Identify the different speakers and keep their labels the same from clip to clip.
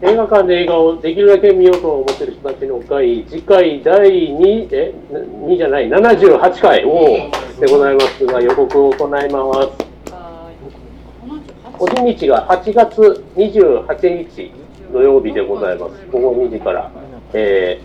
Speaker 1: 映画館で映画をできるだけ見ようと思ってる人たちの会、次回第2、え、な2じゃない、78回をでございますが、予告を行います。お日にちが8月28日土曜日でございます。午後2時から、え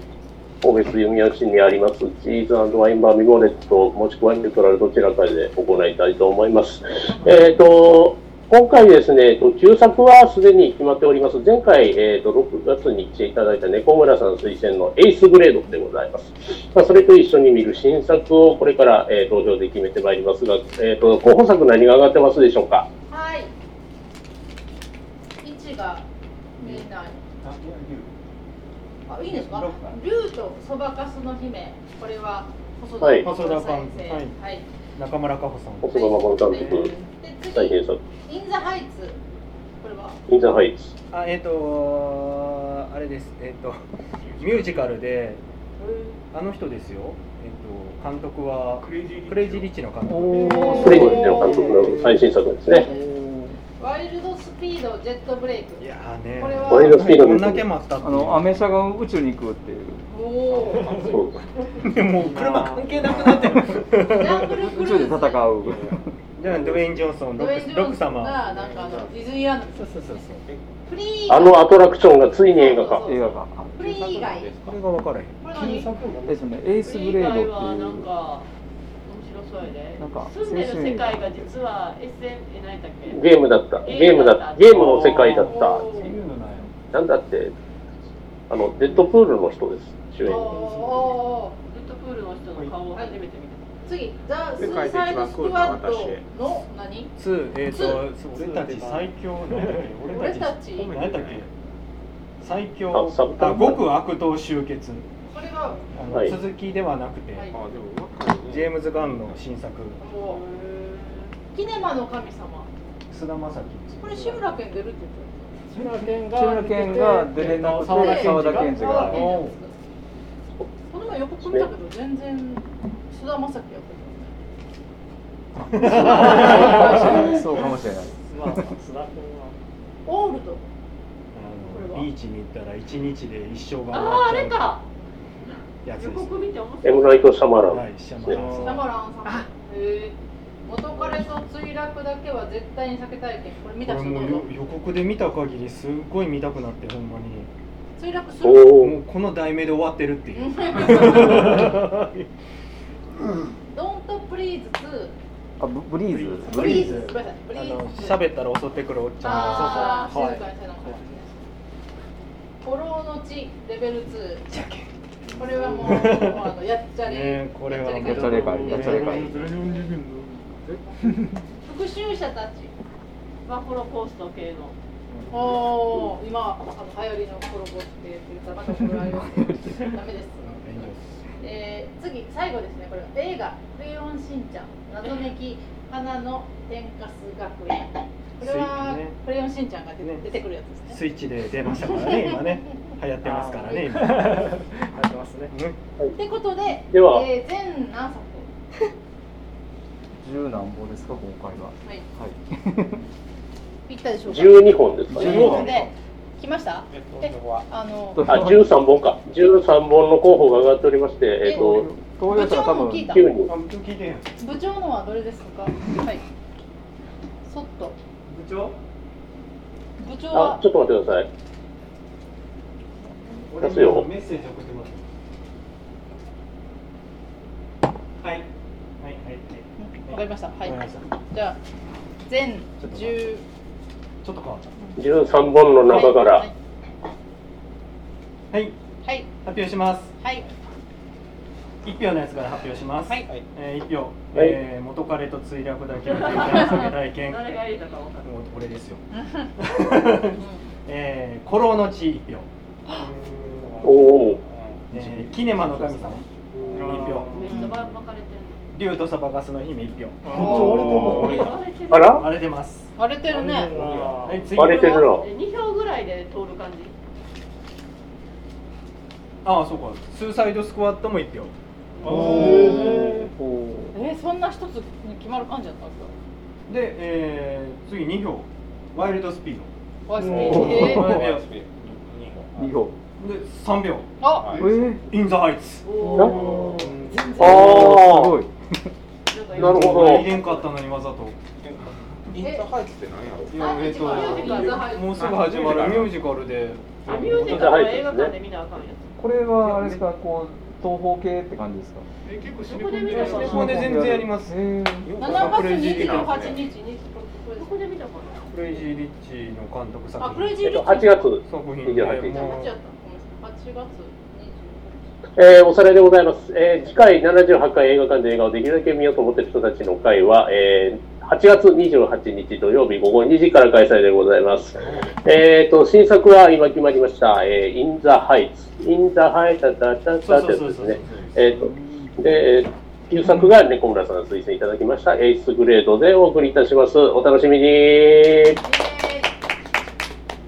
Speaker 1: ー、神戸市弓矢市にあります、チーズワインバーミモレット、もしくはニュートラルどちらかで行いたいと思います。えっ、と、今回ですね、えっと旧作はすでに決まっております。前回、えっ、と、6月に来ていただいた猫村さん推薦のエイスグレードでございます。まあ、それと一緒に見る新作をこれから、えー、投票で決めてまいりますが、えっ、と、候補作何が上がってますでしょうか
Speaker 2: はい。位置が見えない。あ、いいですか。竜とそばかすの姫、これは細田
Speaker 1: はい
Speaker 2: 細田先生。
Speaker 3: は
Speaker 2: はいい。
Speaker 3: 中村佳穂さん。
Speaker 1: 細田守監督、
Speaker 2: で
Speaker 1: 大
Speaker 2: 次、
Speaker 1: 変作、
Speaker 2: インザハイツ。これは。
Speaker 1: インザハイツ。
Speaker 4: あえっ、とあれですえっ、とミュージカルであの人ですよえっ、と監督は
Speaker 3: クレイジー
Speaker 4: クレイジーリッチの監督
Speaker 3: お
Speaker 1: クレイジーの監督の最新作ですね。
Speaker 2: ワイルドスピードジェットブレイク
Speaker 4: い。やーね
Speaker 2: これは
Speaker 1: ワイルドスピード
Speaker 4: こんだけ待ったってい
Speaker 5: あ
Speaker 4: う
Speaker 5: のアメ車が宇宙に行くっていう
Speaker 2: おおー。
Speaker 1: そう
Speaker 4: でもう車関係なくな ってる
Speaker 2: ジャングルク
Speaker 5: 宇
Speaker 2: ルー
Speaker 5: 宙
Speaker 2: ズ。
Speaker 5: で戦う
Speaker 4: じゃあドウェイン・ジョンソン
Speaker 2: ド
Speaker 4: ロ
Speaker 2: ウェイン
Speaker 4: ッ
Speaker 2: ジ
Speaker 4: ク
Speaker 2: ョ
Speaker 4: ロッ
Speaker 2: ン
Speaker 4: ク
Speaker 2: ソンが
Speaker 4: 様
Speaker 2: なんかあのディズニーランド。そうそうそう。フリー。
Speaker 1: あのアトラクションがついに映画化。
Speaker 5: 映画があ
Speaker 2: フリー以外。
Speaker 4: これが分からへん
Speaker 2: これ何？
Speaker 5: ですねエースグレードっていう
Speaker 6: はなんか面白そうやで。
Speaker 5: なんか
Speaker 6: 住んでる世界が実は SM え何だっけ？
Speaker 1: ゲームだった。ゲームだった。ゲームの世界だった。なんだって、あの、デッドプールの人です。主
Speaker 6: おー
Speaker 1: 演。
Speaker 6: おーデッドプールの人の顔を初めて見た。
Speaker 2: 次、ザ・ス
Speaker 7: 世
Speaker 2: ー
Speaker 7: 界で
Speaker 2: サイ
Speaker 7: 一
Speaker 2: ド
Speaker 7: 番
Speaker 2: スク
Speaker 7: クールな
Speaker 2: ワッ
Speaker 7: 私
Speaker 2: トの何
Speaker 4: 2えっ、と俺たち最強の
Speaker 2: 俺たち
Speaker 4: 何やったっけ最
Speaker 1: あサブ
Speaker 4: 強あ極悪党集結
Speaker 2: これは
Speaker 4: あの、
Speaker 1: はい
Speaker 4: 続きではなくて、
Speaker 2: はい
Speaker 7: あでもうまかいね
Speaker 4: ジェームズ・ガンの新作
Speaker 2: もうキネマの神様
Speaker 4: 菅田将暉
Speaker 2: これ志村けん出るって
Speaker 3: 志村けんが
Speaker 5: 志村けんが出れなくて沢田研
Speaker 2: 言ってた
Speaker 5: 二が
Speaker 2: よねこの前予告見たけど全然菅田将暉やっ
Speaker 5: そうかもしれない
Speaker 3: まあ須田
Speaker 2: てるオールド
Speaker 4: あのビーチに行ったら一日で一生が
Speaker 6: ああーあ
Speaker 4: 終わ
Speaker 6: れ
Speaker 4: っちゃ
Speaker 6: か。
Speaker 4: うやつ
Speaker 6: 予
Speaker 4: です
Speaker 6: 告見て面白
Speaker 1: エ
Speaker 6: い。
Speaker 1: ムナイト・シャマラ
Speaker 4: はい
Speaker 1: ン。
Speaker 4: シャ
Speaker 2: 菅
Speaker 4: マ
Speaker 2: 田
Speaker 4: ラン
Speaker 2: ランさんへえ元彼と墜落だけは絶対に避けたいけんこれ見
Speaker 4: こ
Speaker 2: た
Speaker 4: れ
Speaker 2: 人
Speaker 4: も
Speaker 2: どう
Speaker 4: う
Speaker 2: ぞ
Speaker 4: よ予告で見た限りすっごい見たくなってほんまに
Speaker 2: 墜落す
Speaker 1: お
Speaker 2: る
Speaker 4: も
Speaker 1: お
Speaker 4: う。この題名で終わってるって いう
Speaker 2: ドントプリーズ2
Speaker 5: あブブリーズ
Speaker 2: ブリーズごめんなさいブ
Speaker 4: あ
Speaker 2: リー
Speaker 4: の
Speaker 2: ズ2
Speaker 4: 喋ったら襲ってくるおっちゃ
Speaker 2: あ
Speaker 4: ん
Speaker 2: あ、
Speaker 4: そうそうは
Speaker 2: 静か
Speaker 4: い
Speaker 2: にせなあかんねフォローの地レベル2。
Speaker 4: じゃけん
Speaker 2: これはもう、もうあのやっちゃれ
Speaker 4: ね。これはもう
Speaker 2: やっちゃ
Speaker 5: そ
Speaker 2: れ
Speaker 5: れ
Speaker 2: か
Speaker 5: か
Speaker 2: い。
Speaker 5: いやっちゃれかい
Speaker 2: 復讐者たち。
Speaker 6: バフロコースト系の。
Speaker 2: おお、今、あの流行りのコロコって言ったら、また怒られるんですよ。ダメです。 えー、次、最後ですね。これは映画、クレヨンしんちゃん、謎めき、花の天かす学園。これは
Speaker 4: スイッチね、
Speaker 2: クレヨンしんちゃんが出て
Speaker 4: ね
Speaker 2: 出てくるやつです
Speaker 4: ス
Speaker 2: ね。
Speaker 4: イッチで出ましたからね今ね流行ってますからね今ね
Speaker 3: やってますね
Speaker 2: ってことで、
Speaker 1: では
Speaker 2: えー全何作
Speaker 5: 十何本ですか今回は
Speaker 2: はい。
Speaker 5: はい
Speaker 2: いったでしょうか。
Speaker 1: 12本ですか
Speaker 2: という
Speaker 1: ね。
Speaker 2: ことで、来ました。え、あの、
Speaker 1: あ、13本か。13本の候補が上がっておりまして、えっ、と、
Speaker 5: 東洋さん多分
Speaker 2: 部長も聞いた
Speaker 1: 9人。
Speaker 4: 聞いて
Speaker 2: 部長のはどれですか。はい。そっと、
Speaker 3: 部長
Speaker 2: 部長
Speaker 1: あ
Speaker 2: は、
Speaker 1: ちょっと待ってください。出すよ。
Speaker 3: ッセージ送ってもらってはいはいはい
Speaker 2: わかりました。は
Speaker 4: はいい。わかりました
Speaker 2: じゃあ、全十。
Speaker 4: ちょっと変わっ
Speaker 1: 13本の中から、
Speaker 2: はい。
Speaker 4: たはい
Speaker 2: はい。
Speaker 4: 発表します
Speaker 2: はい。
Speaker 4: 一票のやつから発表します。
Speaker 2: はい
Speaker 4: えー一票、えー元彼と墜落だけの体験。
Speaker 6: 誰が入れたか分かる。
Speaker 4: もうこれです よ。
Speaker 2: うん
Speaker 4: えー、古老の地一票、
Speaker 1: おお、
Speaker 4: えー、キネマの神様一票、
Speaker 6: めっちゃば巻かれてる。
Speaker 4: 竜とサバガスの姫一票。
Speaker 1: お
Speaker 6: え割れてる
Speaker 1: あら
Speaker 4: 割れてます。
Speaker 2: 割れてるね。
Speaker 4: はい、次
Speaker 1: 割れてるな。
Speaker 6: え二票ぐらいで通る感じ。
Speaker 4: ああ、そうか。スーサイドスクワットも一票。
Speaker 2: えー、そんな一つに決まる感じだったんですか。
Speaker 4: で、えー、次二票、ワイルドスピード。
Speaker 2: ワイスピ
Speaker 4: え
Speaker 2: ー
Speaker 4: ー
Speaker 3: で三秒。
Speaker 2: あ、
Speaker 5: えー、
Speaker 3: インザハイツ。
Speaker 2: おー
Speaker 3: うん
Speaker 2: 全
Speaker 1: あ
Speaker 2: 然
Speaker 5: おーす
Speaker 1: あ
Speaker 5: ごい。
Speaker 2: な
Speaker 1: なるほど
Speaker 3: 入れんかったのにわざと。
Speaker 7: インターハイツって何やろ
Speaker 2: あえっとミュージカルはい
Speaker 4: もうすぐ始まるミュージカルで
Speaker 6: あミュージカルは映画館で見なあかんや
Speaker 5: これはあれですか、こう東方系って感じですか。
Speaker 7: え結構シ
Speaker 6: ど
Speaker 7: リコ
Speaker 6: こで
Speaker 7: ン
Speaker 6: 見
Speaker 7: ゲ
Speaker 6: た
Speaker 7: ー
Speaker 6: か
Speaker 7: ム
Speaker 6: な
Speaker 4: こで全然やります
Speaker 5: へ
Speaker 4: よ
Speaker 2: 7月
Speaker 4: クレイジーリッチ
Speaker 7: な
Speaker 2: 28日に
Speaker 6: どこで見たかな
Speaker 4: クレイジーリッチの監督作
Speaker 2: あ
Speaker 4: 品
Speaker 2: クレイジ
Speaker 1: え
Speaker 2: ー
Speaker 1: っ
Speaker 2: リ
Speaker 1: と
Speaker 2: ッチ
Speaker 1: 8月、
Speaker 4: 作品
Speaker 1: いや
Speaker 4: で
Speaker 2: あ8やっ
Speaker 4: もう
Speaker 2: たごめんなさい8月
Speaker 1: えーおさらいでございます、えー次回78回映画館で映画をできるだけ見ようと思っている人たちの会は、えー8月28日土曜日午後2時から開催でございます。えっ、と、新作は今決まりました、えー、In the Heights。In the Heights だだだだってやつですね。えっ、と、で、えー旧作が猫村さん推薦いただきました、エイスグレードでお送りいたします。お楽しみに。
Speaker 2: 28